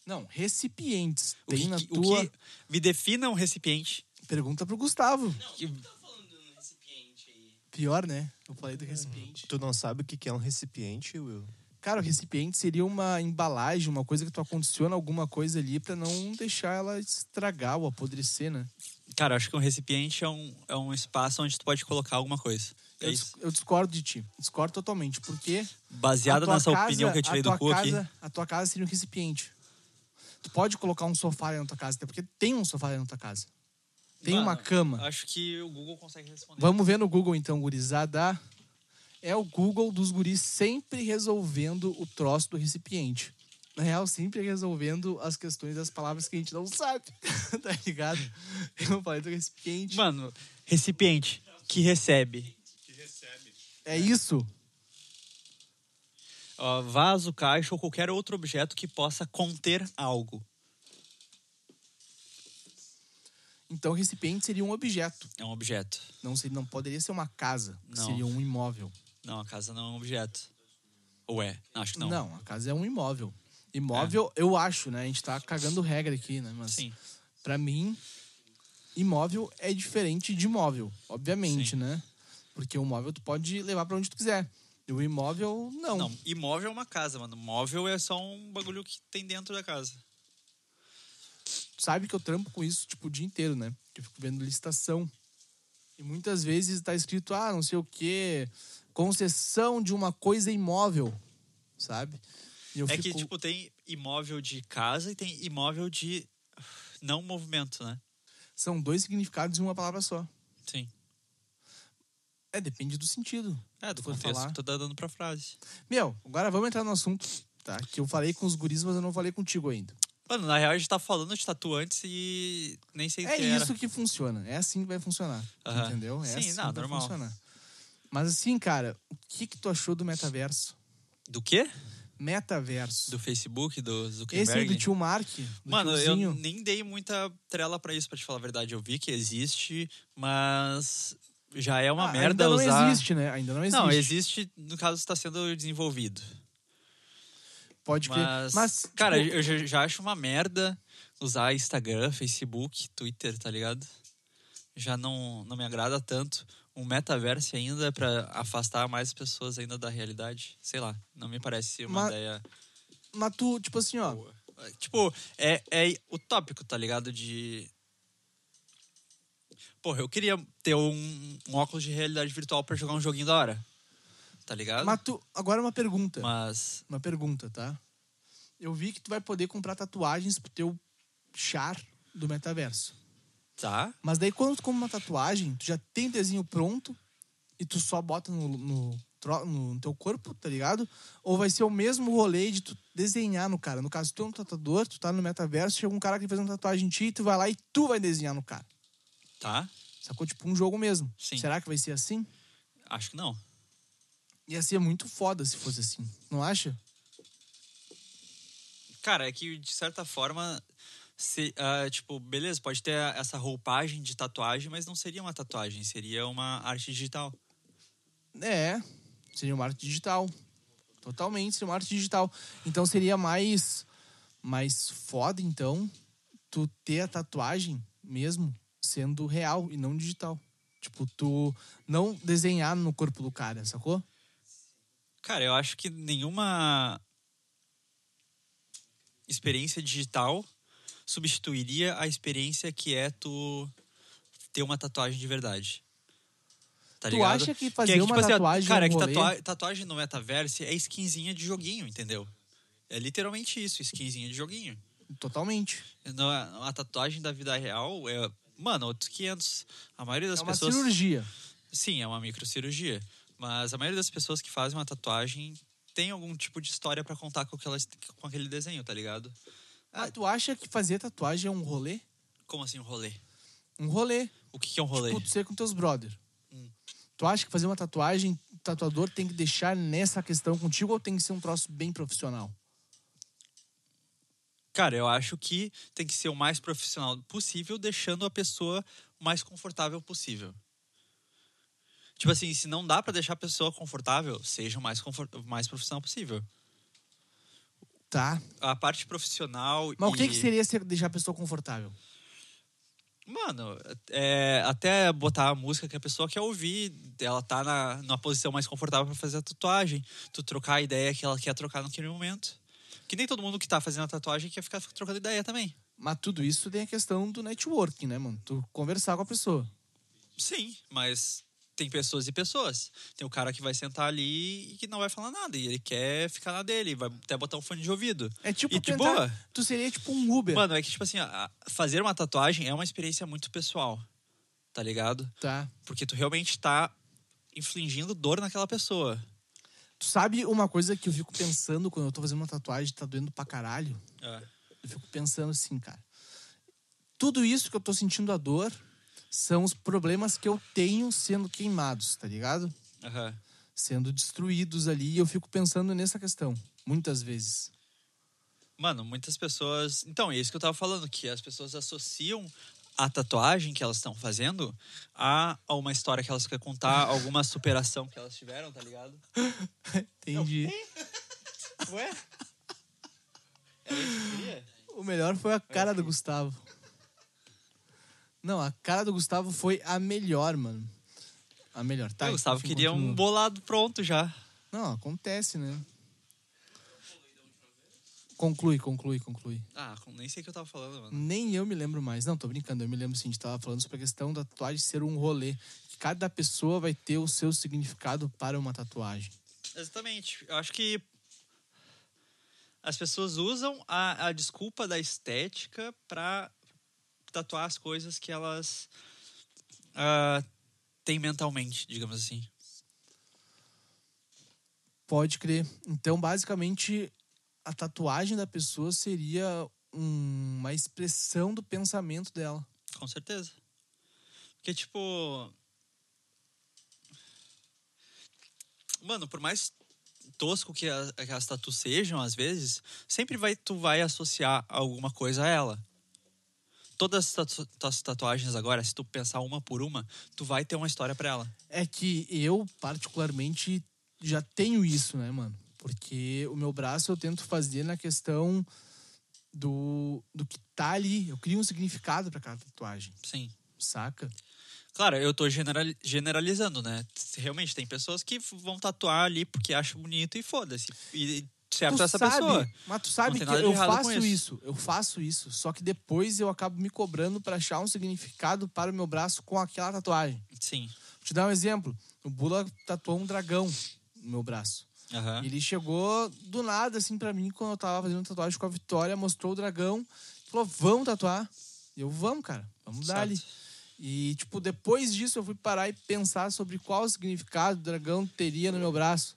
Não, recipientes.
O
Tem
que-
na
que- o
tua.
que me defina um recipiente.
Pergunta pro Gustavo.
Que-
Tô falando de um recipiente aí.
Pior, né? Eu falei
Uhum.
do recipiente.
Tu não sabe o que que é um recipiente, Will?
Cara, o recipiente seria uma embalagem, uma coisa que tu acondiciona alguma coisa ali pra não deixar ela estragar ou apodrecer, né?
Cara, eu acho que um recipiente é um, é um espaço onde tu pode colocar alguma coisa. É
Eu,
isso.
dis- eu discordo de ti. Discordo totalmente. Porque
Baseado
a tua
nessa
casa-
opinião que eu
a
tirei do
tua
cu aqui.
casa- A tua casa seria um recipiente. Tu pode colocar um sofá ali na tua casa, até porque tem um sofá ali na tua casa. Tem
Mano,
uma cama.
Acho que o Google consegue responder.
Vamos ver no Google então, gurizada. É o Google dos guris sempre resolvendo o troço do recipiente. Na real, sempre resolvendo as questões das palavras que a gente não sabe. [LAUGHS] tá ligado? Eu falei do recipiente.
Mano, recipiente que recebe
É isso?
ó, vaso, caixa ou qualquer outro objeto que possa conter algo.
Então, recipiente seria um objeto.
É um objeto.
Não, seria, não poderia ser uma casa.
Não.
Seria um imóvel.
Não, a casa não é um objeto. Ou é? Não, acho que não. É.
a casa é um imóvel. Imóvel, eu acho, né? A gente tá cagando regra aqui, né? Mas
Sim.
Pra mim, imóvel é diferente de imóvel, obviamente, né? Porque o móvel tu pode levar pra onde tu quiser. E o imóvel, não.
Não, imóvel é uma casa, mano. Móvel é só um bagulho que tem dentro da casa.
Tu sabe que eu trampo com isso, tipo, o dia inteiro, né? Eu fico vendo licitação. E muitas vezes tá escrito, ah, não sei o quê, concessão de uma coisa imóvel, sabe? E eu
é
fico...
que, tipo, tem imóvel de casa e tem imóvel de não movimento, né?
São dois significados em uma palavra só.
Sim.
É, depende do sentido.
É, do
Vou
contexto
falar.
que tu tá dando pra frase.
Meu, agora vamos entrar no assunto, tá? Que eu falei com os guris, mas eu não falei contigo ainda.
Mano, na real a gente tá falando de tatuantes e nem sei o
É
que era.
isso que funciona. É assim que vai funcionar.
Aham.
Entendeu? É
Sim,
assim
não,
que vai
normal.
funcionar. Mas assim, cara, o que que tu achou do metaverso?
Do quê?
Metaverso.
Do Facebook, do
Esse aí
Zuckerberg?
do tio Mark. Do
Mano, eu
tiozinho.
nem dei muita trela pra isso, pra te falar a verdade. Eu vi que existe, mas já é uma
Ah,
merda
ainda
usar...
não existe, né? Ainda não existe.
Não, existe, no caso, está sendo desenvolvido.
Pode crer.
Mas,
Mas, tipo,
cara, eu já, já acho uma merda usar Instagram, Facebook, Twitter, tá ligado? Já não, não me agrada tanto. Um metaverso ainda é pra afastar mais pessoas ainda da realidade. Sei lá, não me parece uma
Mas-
ideia
mas tu, tipo assim, ó.
boa. Tipo, é, é utópico, tá ligado? De. Porra, eu queria ter um, um óculos de realidade virtual pra jogar um joguinho da hora. Tá ligado?
Mas tu, agora uma pergunta.
Mas.
Uma pergunta, tá? Eu vi que tu vai poder comprar tatuagens pro teu char do metaverso.
Tá.
Mas daí quando tu compra uma tatuagem, tu já tem o desenho pronto e tu só bota no, no, tro- no teu corpo, tá ligado? Ou vai ser o mesmo rolê de tu desenhar no cara. No caso, tu é um tatuador, tu tá no metaverso, chega um cara que fez uma tatuagem em ti e tu vai lá e tu vai desenhar no cara.
Tá.
Sacou? Tipo um jogo mesmo.
Sim.
Será que vai ser assim?
Acho que não.
Ia ser muito foda se fosse assim, não acha?
Cara, é que de certa forma, se, ah, tipo, beleza, pode ter essa roupagem de tatuagem, mas não seria uma tatuagem, seria uma arte digital.
É, seria uma arte digital. Totalmente seria uma arte digital. Então seria mais, mais foda, então, tu ter a tatuagem mesmo sendo real e não digital. Tipo, tu não desenhar no corpo do cara, sacou?
Cara, eu acho que nenhuma experiência digital substituiria a experiência que é tu ter uma tatuagem de verdade. Tá
tu
ligado?
acha que
Que
fazer
é que,
uma
tipo assim, ó,
tatuagem
cara, é
é um
que
rolê?
tatua- tatuagem no metaverse é skinzinha de joguinho, entendeu? É literalmente isso, skinzinha de joguinho.
Totalmente.
Não, a a tatuagem da vida real é. Mano, outros 500. A maioria das
é uma
pessoas.
cirurgia.
Sim, é uma microcirurgia. Mas a maioria das pessoas que fazem uma tatuagem tem algum tipo de história pra contar com, aquelas, com aquele desenho, tá ligado?
Mas Ah, tu acha que fazer tatuagem é um rolê?
Como assim um rolê?
Um rolê.
O que, que é um rolê?
Tipo, tu ser com teus brother.
Hum.
Tu acha que fazer uma tatuagem, o tatuador tem que deixar nessa questão contigo ou tem que ser um troço bem profissional?
Cara, eu acho que tem que ser o mais profissional possível, deixando a pessoa o mais confortável possível. Tipo assim, se não dá pra deixar a pessoa confortável, seja o mais, confor- o mais profissional possível.
Tá.
A parte profissional
Mas
e...
o que, que seria ser, deixar a pessoa confortável?
Mano, é, até botar a música que a pessoa quer ouvir, ela tá na, numa posição mais confortável pra fazer a tatuagem. Tu trocar a ideia que ela quer trocar naquele momento. Que nem todo mundo que tá fazendo a tatuagem quer ficar trocando ideia também.
Mas tudo isso tem a questão do networking, né, mano? Tu conversar com a pessoa.
Sim, mas tem pessoas e pessoas. Tem o cara que vai sentar ali e que não vai falar nada. E ele quer ficar na dele, vai até botar um fone de ouvido.
É tipo
E de
tentar-
boa.
Tu seria tipo um Uber.
Mano, é que, tipo assim, ó, fazer uma tatuagem é uma experiência muito pessoal. Tá ligado?
Tá.
Porque tu realmente tá infligindo dor naquela pessoa.
Tu sabe uma coisa que eu fico pensando quando eu tô fazendo uma tatuagem e tá doendo pra caralho?
É.
Eu fico pensando assim, cara. Tudo isso que eu tô sentindo a dor são os problemas que eu tenho sendo queimados, tá ligado?
Aham.
Sendo destruídos ali. E eu fico pensando nessa questão, muitas vezes.
Mano, muitas pessoas. Então, é isso que eu tava falando, que as pessoas associam a tatuagem que elas estão fazendo a a uma história que elas querem [LAUGHS] contar, alguma superação que elas tiveram, tá ligado?
Entendi.
Ué? É Era isso que eu queria?
O melhor foi a cara do Gustavo. Não, a cara do Gustavo foi a melhor, mano. A melhor, tá?
o Gustavo
enfim,
queria
continua.
um bolado pronto já.
Não, acontece, né? Conclui, conclui, conclui.
Ah, com- nem sei o que eu tava falando, mano.
Nem eu me lembro mais. Não, tô brincando. Eu me lembro sim, a gente tava falando sobre a questão da tatuagem ser um rolê. Que Cada pessoa vai ter o seu significado para uma tatuagem.
Exatamente. Eu acho que as pessoas usam a, a desculpa da estética pra tatuar as coisas que elas ah, têm mentalmente, digamos assim.
Pode crer. Então, basicamente, a tatuagem da pessoa seria um- uma expressão do pensamento dela.
Com certeza. Porque, tipo. Mano, por mais tosco que, a, que as tatuas sejam, às vezes, sempre vai, tu vai associar alguma coisa a ela. Todas as tatu- tuas tatuagens agora, se tu pensar uma por uma, tu vai ter uma história pra ela.
É que eu, particularmente, já tenho isso, né, mano? Porque o meu braço eu tento fazer na questão do, do que tá ali. Eu crio um significado pra cada tatuagem,
Sim.
saca?
Claro, eu tô generali- generalizando, né? Realmente, tem pessoas que f- vão tatuar ali porque acham bonito e foda-se. E certo
Tu
É, essa
sabe,
pessoa.
Mas tu sabe
tem
que
nada de
eu
errado com
faço
isso.
isso. eu faço isso. Só que depois eu acabo me cobrando pra achar um significado para o meu braço com aquela tatuagem.
Sim.
Vou te dar um exemplo. O Bula tatuou um dragão no meu braço.
Aham.
Ele chegou do nada, assim, pra mim, quando eu tava fazendo tatuagem com a Vitória, mostrou o dragão, falou, vamos tatuar. E eu, vamos, cara, vamos dar ali.
Certo.
E, tipo, depois disso eu fui parar e pensar sobre qual o significado o dragão teria no meu braço.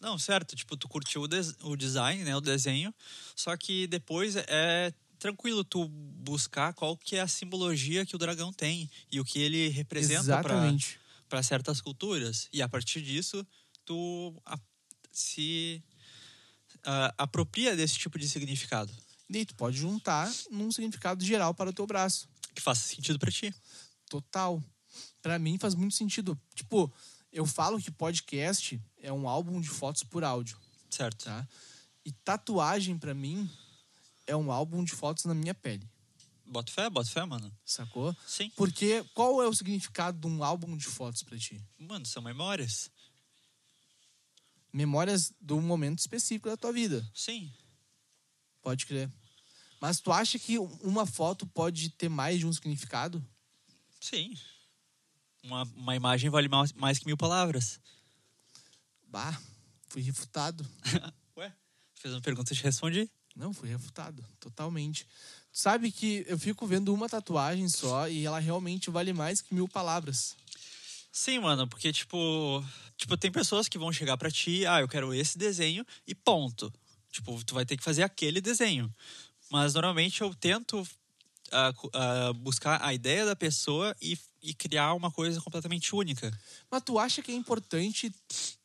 Não, certo. Tipo, tu curtiu o, des- o design, né? O desenho. Só que depois é tranquilo tu buscar qual que é a simbologia que o dragão tem e o que ele representa
Exatamente.
para certas culturas. E a partir disso, tu a- se ah, apropria desse tipo de significado
E aí tu pode juntar num significado geral para o teu braço.
que faça sentido para ti.
Total. Pra mim faz muito sentido. Tipo, eu falo que podcast é um álbum de fotos por áudio.
Certo.
tá? E tatuagem pra mim é um álbum de fotos na minha pele,
Bota fé, bota fé, mano.
sacou?
Sim.
Porque qual é o significado de um álbum de fotos pra ti?
Mano, são memórias.
Memórias do momento específico da tua vida,
Sim.
pode crer. Mas tu acha que uma foto pode ter mais de um significado?
Sim. Uma, uma imagem vale ma- mais que mil palavras.
Bah, fui refutado.
[LAUGHS] Ué? Fez uma pergunta e te respondi.
Não, fui refutado, totalmente. Tu sabe que eu fico vendo uma tatuagem só e ela realmente vale mais que mil palavras.
Sim, mano, porque, tipo, tipo, tem pessoas que vão chegar pra ti, ah, eu quero esse desenho e ponto. Tipo, tu vai ter que fazer aquele desenho. Mas normalmente eu tento ah, cu- ah, buscar a ideia da pessoa e, e criar uma coisa completamente única.
Mas tu acha que é importante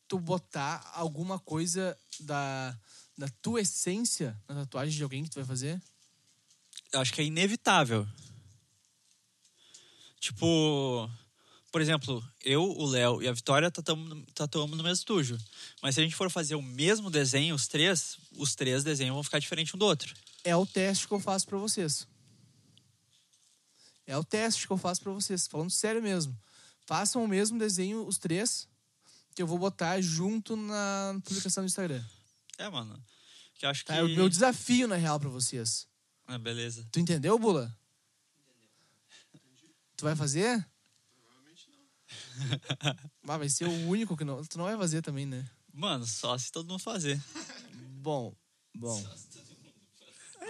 tu botar alguma coisa da, da tua essência na tatuagem de alguém que tu vai fazer?
Eu acho que é inevitável. Tipo, Por exemplo, eu, o Léo e a Vitória tatuamos, tatuamos no mesmo estúdio. Mas se a gente for fazer o mesmo desenho, os três, os três desenhos vão ficar diferentes um do outro.
É o teste que eu faço pra vocês. É o teste que eu faço pra vocês, falando sério mesmo. Façam o mesmo desenho, os três, que eu vou botar junto na publicação do Instagram.
É, mano. Que eu acho
Tá?
que.
É o meu desafio, na real, pra vocês.
Ah, beleza.
Tu entendeu, Bula? Tu vai fazer? Provavelmente não. Ah, vai ser o único que não. Tu não vai fazer também, né?
Mano, só se todo mundo fazer.
Bom, bom.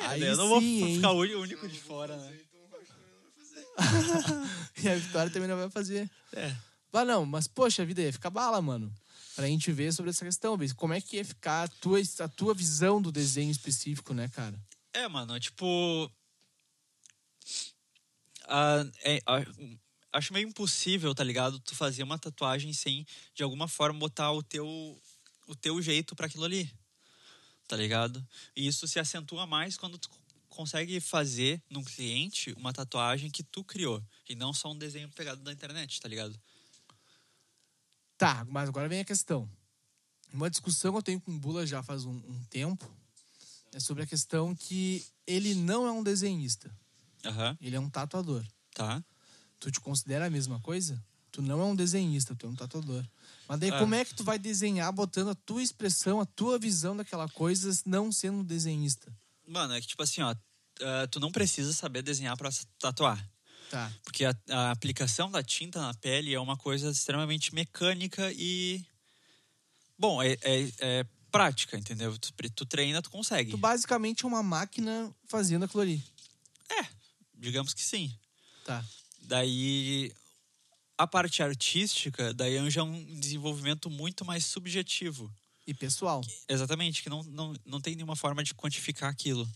Aí
eu não vou
sim,
f-
hein?
ficar o uni- único de fora, né?
[LAUGHS] E a Vitória também não vai fazer.
É.
Mas não, mas poxa vida, ia ficar bala, mano. Pra gente ver sobre essa questão, Bis. como é que ia ficar a tua, a tua visão do desenho específico, né, cara?
É, mano, tipo. ah, é, ah, um, acho meio impossível, tá ligado? Tu fazer uma tatuagem sem, de alguma forma, botar o teu, o teu jeito pra aquilo ali. Tá ligado? E isso se acentua mais quando tu consegue fazer num cliente uma tatuagem que tu criou. E não só um desenho pegado da internet, tá ligado?
Tá, mas agora vem a questão. Uma discussão que eu tenho com o Bula já faz um, um tempo é sobre a questão que ele não é um desenhista,
Aham,
ele é um tatuador.
tá.
Tu te considera a mesma coisa? Tu não é um desenhista, tu é um tatuador. Mas daí
É.
como é que tu vai desenhar botando a tua expressão, a tua visão daquela coisa, não sendo um desenhista?
Mano, é que tipo assim, ó. ah, tu não precisa saber desenhar pra s- tatuar.
Tá.
Porque a, a aplicação da tinta na pele é uma coisa extremamente mecânica e. Bom, é, é- é prática, entendeu? Tu, pre- tu treina, tu consegue.
Tu basicamente é uma máquina fazendo aquilo ali.
Digamos que sim.
Tá.
Daí. A parte artística, daí já é um desenvolvimento muito mais subjetivo.
E pessoal.
Exatamente, que não, não, não tem nenhuma forma de quantificar aquilo.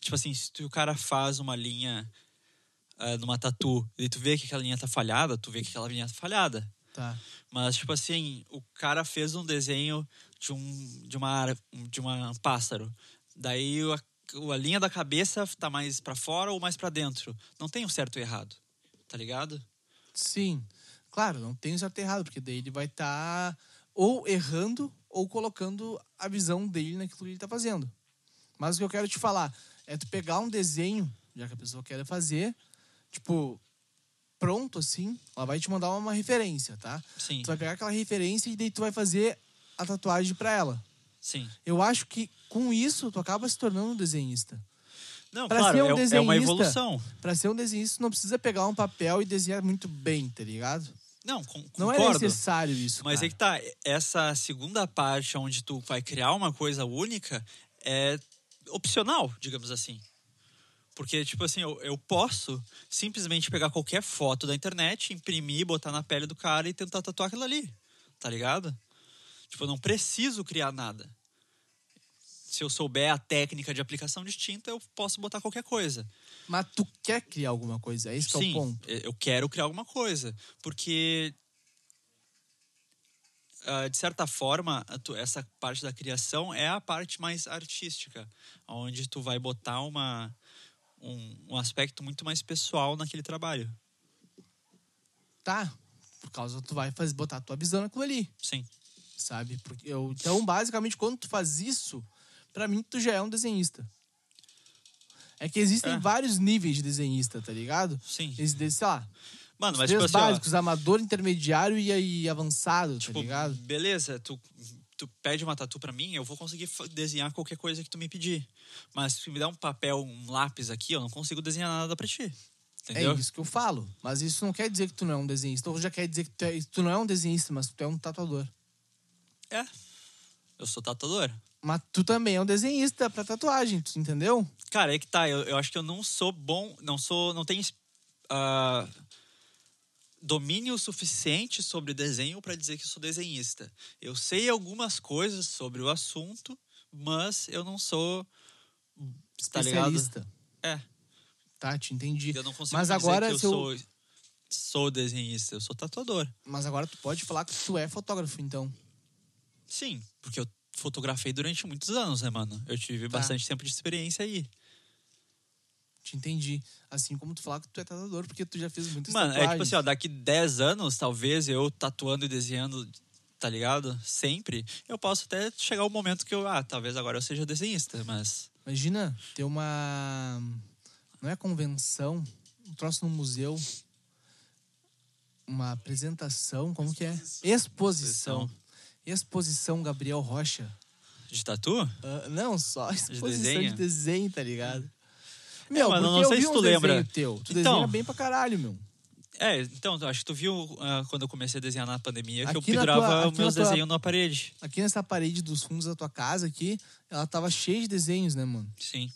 Tipo assim, se tu- o cara faz uma linha ah, numa tatu e tu vê que aquela linha tá falhada, tu vê que aquela linha tá falhada.
Tá.
Mas, tipo assim, o cara fez um desenho de um de uma, ar- de uma um pássaro. Daí o- a, a linha da cabeça tá mais pra fora ou mais pra dentro. Não tem um certo e errado, tá ligado?
Sim. Claro, não tem certo e errado, porque daí ele vai estar ou errando ou colocando a visão dele naquilo que ele tá fazendo. Mas o que eu quero te falar é tu pegar um desenho, já que a pessoa quer fazer, tipo, pronto assim, ela vai te mandar uma referência, tá?
Sim,
Tu vai pegar aquela referência e daí tu vai fazer a tatuagem pra ela.
sim.
Eu acho que com isso tu acaba se tornando um desenhista.
Não,
Pra
claro,
ser
é,
um
é uma
desenhista.
evolução.
Pra ser um desenhista, tu não precisa pegar um papel e desenhar muito bem, tá ligado?
Não, con-
Não é
concordo.
necessário isso.
mas
cara.
é que tá, essa segunda parte onde tu vai criar uma coisa única é opcional, digamos assim. Porque, tipo assim, eu, eu posso simplesmente pegar qualquer foto da internet, imprimir, botar na pele do cara e tentar tatuar aquilo ali. Tá ligado? Tipo, eu não preciso criar nada. Se eu souber a técnica de aplicação de tinta, eu posso botar qualquer coisa.
Mas tu quer criar alguma coisa, esse que é
Sim,
o ponto.
eu- eu quero criar alguma coisa. Porque, ah, de certa forma, a tu- essa parte da criação é a parte mais artística, onde tu vai botar uma, um, um aspecto muito mais pessoal naquele trabalho.
Tá, por causa tu vai fazer, botar a tua visão naquilo ali,
Sim,
sabe? Porque eu, então, basicamente, quando tu faz isso, pra mim tu já é um desenhista. É que existem
É.
vários níveis de desenhista, tá ligado?
sim.
Existe, sei lá,
Mano, mas
três
tipo assim, ó,
básicos, amador, intermediário e, aí avançado,
tipo,
tá ligado?
beleza, tu, tu pede uma tatu pra mim, eu vou conseguir fa- desenhar qualquer coisa que tu me pedir. Mas se tu me dá um papel, um lápis aqui, eu não consigo desenhar nada pra ti. Entendeu?
É isso que eu falo. Mas isso não quer dizer que tu não é um desenhista. Ou já quer dizer que tu, é- tu não é um desenhista, mas tu é um tatuador.
É. Eu sou tatuador.
Mas tu também é um desenhista pra tatuagem, tu entendeu?
Cara, é que tá. Eu, eu acho que eu não sou bom. Não sou. Não tenho. ah, domínio suficiente sobre desenho pra dizer que eu sou desenhista. Eu sei algumas coisas sobre o assunto, mas eu não sou. Tá ligado?
Especialista.
É.
Tá, te entendi.
Eu não consigo
Mas
dizer
agora
que eu
se eu-
sou. Sou desenhista, eu sou tatuador.
Mas agora tu pode falar que tu é fotógrafo, então.
Sim, porque eu fotografei durante muitos anos, né, mano? Eu tive
Tá.
bastante tempo de experiência aí.
Te entendi. Assim como tu falar que tu é tatuador, porque tu já fez muitas
Mano, é tipo
tatuagens.
assim, ó, daqui 10 anos, talvez eu tatuando e desenhando, tá ligado? Sempre, eu posso até chegar o momento que eu, ah, talvez agora eu seja desenhista, mas.
Imagina ter uma. Não é convenção, um troço num museu, uma apresentação, como que é? Exposição. Exposição Gabriel Rocha.
De tatu?
Ah, não, só exposição de
desenho?
desenho, tá ligado? Meu,
mas eu
porque
não
eu
sei
vi
se tu
uns
lembra.
desenho Teu. Tu
Então.
desenha bem pra caralho, meu.
É, então, eu acho que tu viu ah, quando eu comecei a desenhar na pandemia que eu
Aqui na tua-
pendurava
aqui
os
na
meus
tua-
desenhos na parede.
Aqui nessa parede dos fundos da tua casa aqui, ela tava cheia de desenhos, né, mano?
Sim.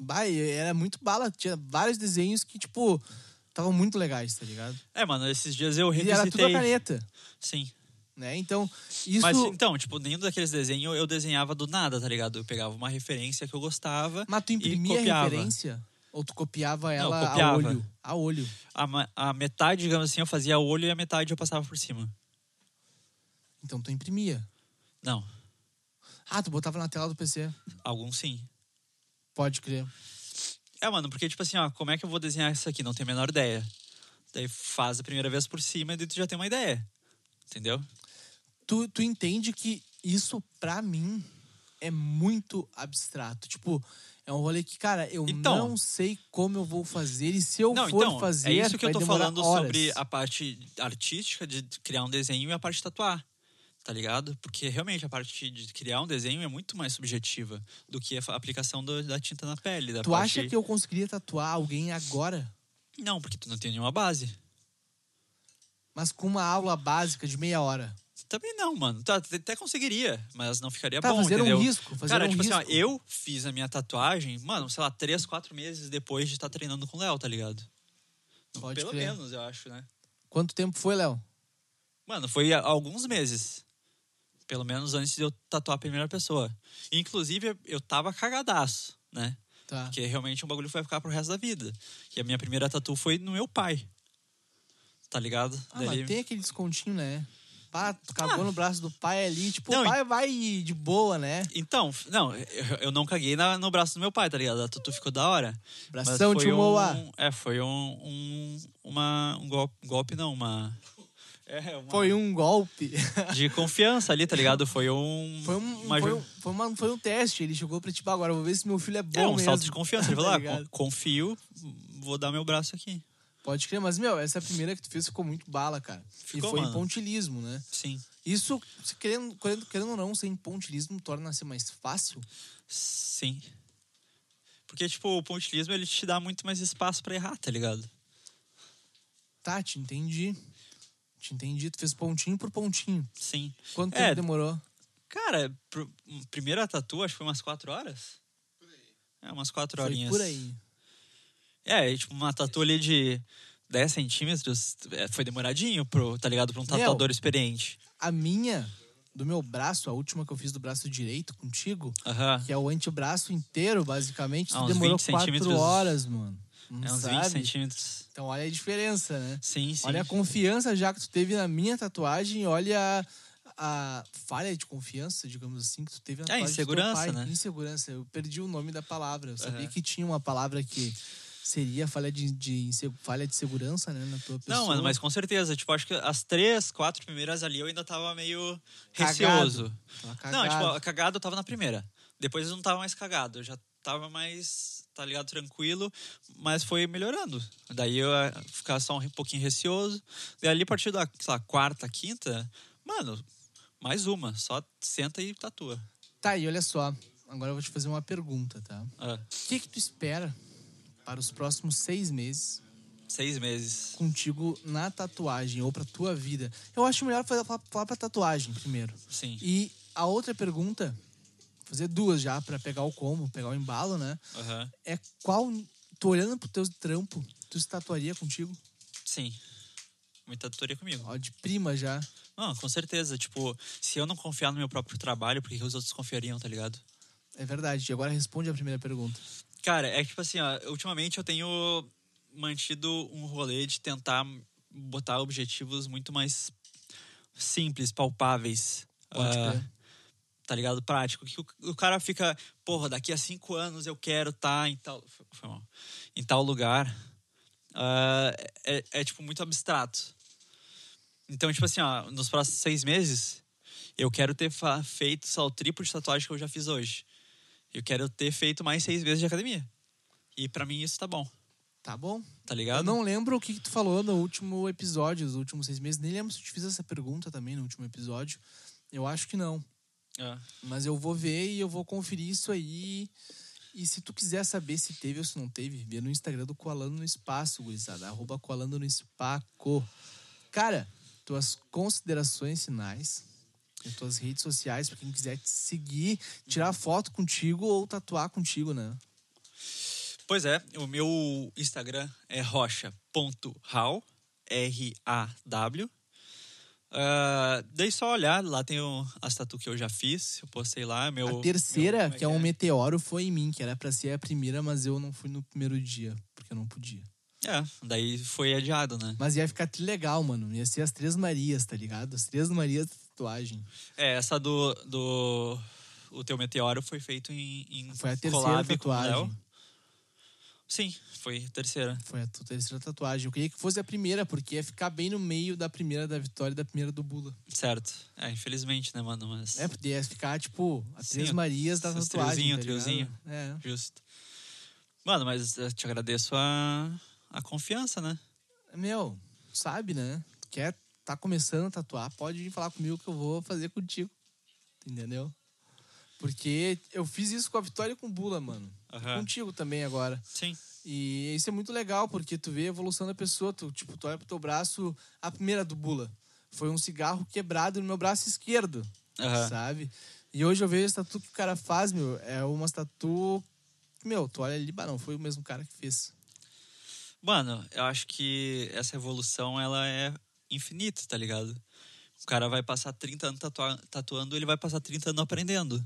Bah, e era muito bala. Tinha vários desenhos que, tipo, estavam muito legais, tá ligado?
É, mano, esses dias eu
E era tudo a
revisitei.
caneta,
Sim.
né? Então, isso...
Mas
Mas,
então, tipo, nenhum daqueles desenhos eu desenhava do nada, tá ligado? Eu pegava uma referência que eu gostava.
tu
e
imprimia a
copiava.
referência? Ou tu copiava ela
copiava.
a olho? A olho.
A, ma- a metade, digamos assim, eu fazia o olho e a metade eu passava por cima.
Então tu imprimia.
Não,
Ah, tu botava na tela do PC.
alguns sim.
Pode crer.
É, mano, porque, tipo assim, ó, como é que eu vou desenhar isso aqui? Não tenho a menor ideia. Daí faz a primeira vez por cima e daí tu já tem uma ideia. Entendeu?
tu, tu entende que isso, pra mim, é muito abstrato. Tipo, é um rolê que, cara, eu
Então.
não sei como eu vou fazer. E se eu
Não,
for
então,
fazer,
é isso que eu
vai
tô
demorar
falando
horas.
sobre a parte artística de criar um desenho e a parte de tatuar. Tá ligado? Porque realmente a parte de criar um desenho é muito mais subjetiva do que a fa- aplicação do- da tinta na pele. Da
Tu
parte...
acha que eu conseguiria tatuar alguém agora?
Não, porque tu não tem nenhuma base.
Mas com uma aula básica de meia hora.
Também não, mano. Tá, até conseguiria, mas não ficaria
tá,
É bom,
fazer
entendeu?
um risco. Fazer
Cara,
um
tipo
risco.
assim, ó, eu fiz a minha tatuagem, mano, sei lá, três, quatro meses depois de estar treinando com o Léo, tá ligado?
Pode
Pelo
crer.
menos, eu acho, né?
Quanto tempo foi, Léo?
Mano, foi há alguns meses. Pelo menos antes de eu tatuar a primeira pessoa. Inclusive, eu tava cagadaço, né?
Tá.
Porque realmente um bagulho que vai ficar pro resto da vida. E a minha primeira tatu foi no meu pai. Tá ligado?
Ah,
Daí-
mas tem aquele descontinho, né? Pá, tu cagou no braço do pai ali. Tipo,
Ah. Não,
o
e-
pai vai de boa, né?
Então, f- não, eu- eu não caguei na- no braço do meu pai, tá ligado? A tatu ficou da hora. Mas
Bração
foi
de Moá.
um, É, foi um, um, uma, um golpe, golpe, não, uma... [LAUGHS] É, uma...
Foi um golpe. [LAUGHS]
De confiança ali, tá ligado? Foi um...
Foi um,
uma
foi,
ju-
um, foi, uma- foi um teste. Ele chegou pra tipo, agora eu vou ver se meu filho é bom
É, um
mesmo.
salto de confiança.
[LAUGHS]
Ele falou,
Tá
ah,
ligado?
con- confio, vou dar meu braço aqui.
Pode crer, mas, meu, essa primeira que tu fez ficou muito bala, cara.
Ficou,
e foi em
mano.
pontilismo, né?
Sim.
Isso, se querendo, querendo, querendo ou não, ser em pontilismo torna-se mais fácil.
Sim. Porque, tipo, o pontilismo, ele te dá muito mais espaço pra errar, tá ligado?
Tá, te entendi. Te entendi. Tu fez pontinho por pontinho.
Sim.
Quanto
É.
tempo demorou?
Cara, pr primeira tatu, acho que foi umas quatro horas. É, umas quatro horinhas.
Foi por aí.
É, e, tipo, uma tatu ali de 10 centímetros é, foi demoradinho, pro, tá ligado? Pra um
Meu.
tatuador experiente.
A minha, do meu braço, a última que eu fiz do braço direito contigo,
Aham.
que é o antebraço inteiro, basicamente,
Ah,
tu
uns
demorou
20
quatro
centímetros.
horas, mano. Não
É uns
sabe?
20 centímetros.
Então olha a diferença, né?
Sim, sim.
Olha a confiança já que tu teve na minha tatuagem, olha a, a falha de confiança, digamos assim, que tu teve na
É,
tatuagem do
insegurança,
teu pai.
né?
Insegurança, eu perdi o nome da palavra. Eu sabia
Aham.
que tinha uma palavra que seria falha de, de inse- falha de segurança, né, na tua pessoa.
Não, mano, mas com certeza. Tipo, acho que as três, quatro primeiras ali eu ainda tava meio
Cagado.
receoso.
Tava
Não,
cagado.
tipo, cagado eu tava na primeira. Depois eu não tava mais cagado. Eu já tava mais, tá ligado, tranquilo. Mas foi melhorando. Daí eu eh, ficava só um pouquinho receoso. Daí ali a partir da, sei lá, quarta, quinta, mano, mais uma. Só senta e tatua.
Tá, e olha só, agora eu vou te fazer uma pergunta, tá?
Ah,
O que que tu espera para os próximos seis meses
seis meses.
contigo na tatuagem ou pra tua vida? Eu acho melhor fazer, falar, falar pra tatuagem primeiro.
Sim.
E a outra pergunta, vou fazer duas já pra pegar o combo, pegar o embalo, né?
Aham.
É qual, tu olhando pro teu trampo, tu se tatuaria contigo?
Sim. Muita tutoria comigo.
Ó, de prima já.
Não, com certeza. Tipo, se eu não confiar no meu próprio trabalho, por que que os outros confiariam, tá ligado?
É verdade. E agora responde a primeira pergunta.
Cara, é que, tipo assim, ó, ultimamente eu tenho mantido um rolê de tentar botar objetivos muito mais simples, palpáveis.
Pode
ah,
crer.
tá tá ligado? Prático. Que o, o cara fica, porra, daqui a cinco anos eu quero estar em tal. Foi mal. Em tal lugar. Ah, é, é, tipo, muito abstrato. Então, tipo assim, ó, nos próximos seis meses, eu quero ter fa- feito só o triplo de tatuagem que eu já fiz hoje. Eu quero ter feito mais seis meses de academia. E pra mim isso tá bom,
Tá bom.
tá
Eu
ligado?
não lembro o que, que tu falou no último episódio, dos últimos seis meses. Nem lembro se eu te fiz essa pergunta também no último episódio. Eu acho que não.
É.
Mas eu vou ver e eu vou conferir isso aí. E se tu quiser saber se teve ou se não teve, vê no Instagram do Coalando no Espaço, gurizada. Arroba Coalando no Espaco. Cara, tuas considerações finais, e tuas redes sociais, pra quem quiser te seguir, tirar foto contigo ou tatuar contigo, né?
Pois é, o meu Instagram é rocha.how, R-A-W. Ah, dei só olhar, lá tem o- as tatu que eu já fiz, eu postei lá. Meu,
a terceira,
meu- como
que é um meteoro, foi em mim, que era pra ser a primeira, mas eu não fui no primeiro dia, porque eu não podia.
É, daí foi adiado, né?
Mas ia ficar legal, mano. Ia ser as Três Marias, tá ligado? As Três Marias da tatuagem.
É, essa do. do o teu meteoro foi feito em, em
Foi a terceira
collab com o
tatuagem.
Léo. Sim, foi a terceira.
Foi a tua terceira tatuagem. Eu queria que fosse a primeira, porque ia ficar bem no meio da primeira da Vitória e da primeira do Bula.
Certo. É, infelizmente, né, mano? Mas.
É, porque ia ficar, tipo, as
Sim,
Três Marias da
esses
tatuagem.
triozinho,
tá
triozinho.
ligado? É.
Justo. Mano, mas eu te agradeço a, a confiança, né?
É. Meu, tu sabe, né? Tu quer tá começando a tatuar, pode vir falar comigo que eu vou fazer contigo. Entendeu? Porque eu fiz isso com a Vitória e com o Bula, mano.
Aham.
Contigo também agora.
Sim.
E isso é muito legal, porque tu vê a evolução da pessoa. Tu, tipo, tu olha pro teu braço. A primeira do Bula foi um cigarro quebrado no meu braço esquerdo,
Aham.
sabe? E hoje eu vejo a tatu que o cara faz, meu. É uma tatu. Meu, tu olha ali, bah, não foi o mesmo cara que fez.
Mano, eu acho que essa evolução, ela é infinita, tá ligado? O cara vai passar 30 anos tatua- tatuando, ele vai passar 30 anos aprendendo.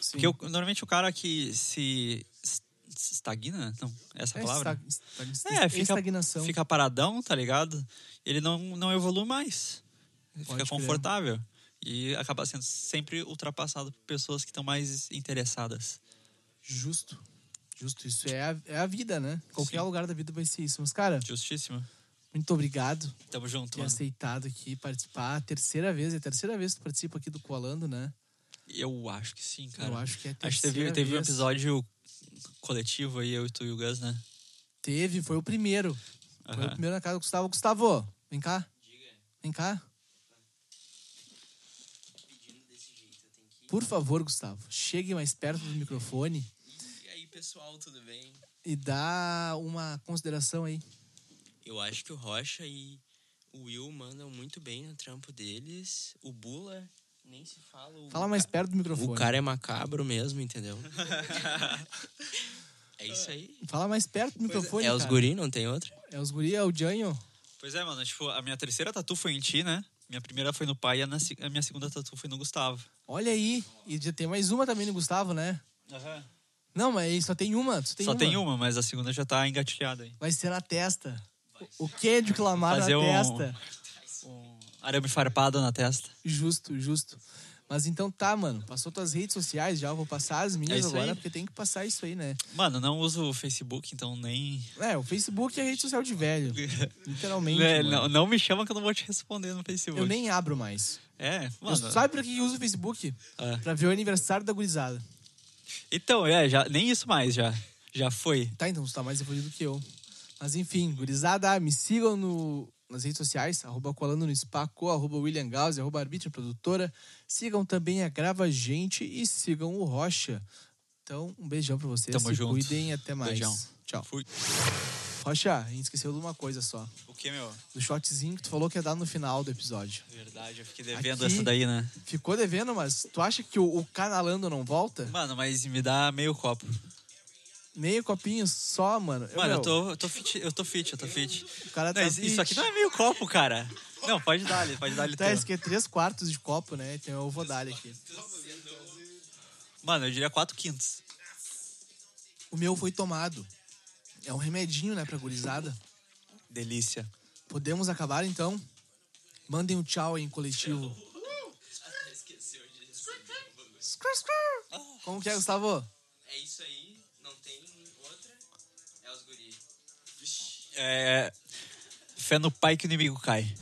Sim.
Porque o- normalmente o cara que se es- estagna, né? não, essa
É,
palavra?
esta- esta-
É, fica-
estagnação.
Fica paradão, tá ligado? Ele não, não evolui mais. Ele
Pode
fica
crer.
confortável. E acaba sendo sempre ultrapassado por pessoas que estão mais interessadas.
Justo. Justo. Isso é a, é a vida, né? Qualquer
Sim.
lugar da vida vai ser isso. Mas, cara,
Justíssimo.
muito obrigado por
Tamo junto,
ter
mano.
aceitado aqui participar. Terceira vez, é a terceira vez que tu participa aqui do Colando, né?
Eu acho que sim, cara.
eu acho que é a terceira
Acho que teve, teve um
vez.
episódio coletivo aí, eu e tu e o Gus, né?
Teve, foi o primeiro. Foi o
Aham.
primeiro na casa do Gustavo. Gustavo, vem cá. Vem cá. Por favor, Gustavo, chegue mais perto do microfone
E aí, pessoal, tudo bem?
e dá uma consideração aí.
Eu acho que o Rocha e o Will mandam muito bem no trampo deles. O Bula, nem se fala. O
Fala mais perto do microfone.
O cara é macabro mesmo, entendeu? é isso aí.
Fala mais perto do microfone.
é os
cara.
guri, não tem outra?
É os guri, é o Janho.
Pois é, mano. Tipo, a minha terceira tatu foi em ti, né? Minha primeira foi no pai e a na- a minha segunda tatu foi no Gustavo.
Olha aí. E já tem mais uma também no Gustavo, né? Não, mas aí só tem uma. Só tem,
Só
uma.
tem um. uma, mas a segunda já tá engatilhada aí.
Vai ser na testa. O que de clamar na
Fazer um-
testa?
Um arame farpado na testa.
Justo, justo. Mas então tá, mano. Passou tuas redes sociais já. Eu vou passar as
É
minhas
isso
agora,
aí.
porque tem que passar isso aí, né?
Mano, não uso o Facebook, então nem.
É, o Facebook é rede social de velho.
[LAUGHS]
Literalmente.
É,
mano.
não, não me chama que eu não vou te responder no Facebook.
Eu nem abro mais.
É,
Eu,
mano.
sabe pra que eu uso o Facebook?
É.
Pra ver o aniversário da gurizada.
Então, é, já, nem isso mais já. Já foi.
Tá, então você tá mais evoluído que eu. Mas enfim, gurizada, me sigam no, nas redes sociais, arroba colando no Spaco, arroba William Gauss, arroba Arbítrio Produtora. Sigam também a Grava Gente e sigam o Rocha. Então, um beijão pra vocês.
Tamo
se
junto.
cuidem até mais.
Beijão.
Tchau.
Fui.
Rocha, a gente esqueceu de uma coisa só.
O que, meu?
Do shotzinho que tu falou que ia dar no final do episódio.
Verdade, eu fiquei devendo
Aqui-
essa daí, né?
Ficou devendo, mas tu acha que o, o canalando não volta?
Mano, mas me dá meio copo.
Meio copinho só, mano.
Mano, eu
meu,
tô, eu tô fit, eu tô fit, eu tô fit.
O cara
Não,
tá
isso isso aqui
fit.
não é meio copo, cara. Não, pode dar ali, pode dar ali.
Tá,
teu.
esse aqui é três quartos de copo, né? Então eu vou dar ele aqui.
Mano, eu diria quatro quintos.
O meu foi tomado. É um remedinho, né, pra gurizada.
Delícia.
Podemos acabar, então? Mandem um tchau aí em coletivo. Como que é, Gustavo?
É isso aí, não tem outra. É os guri.
É. Fé no pai que o inimigo cai.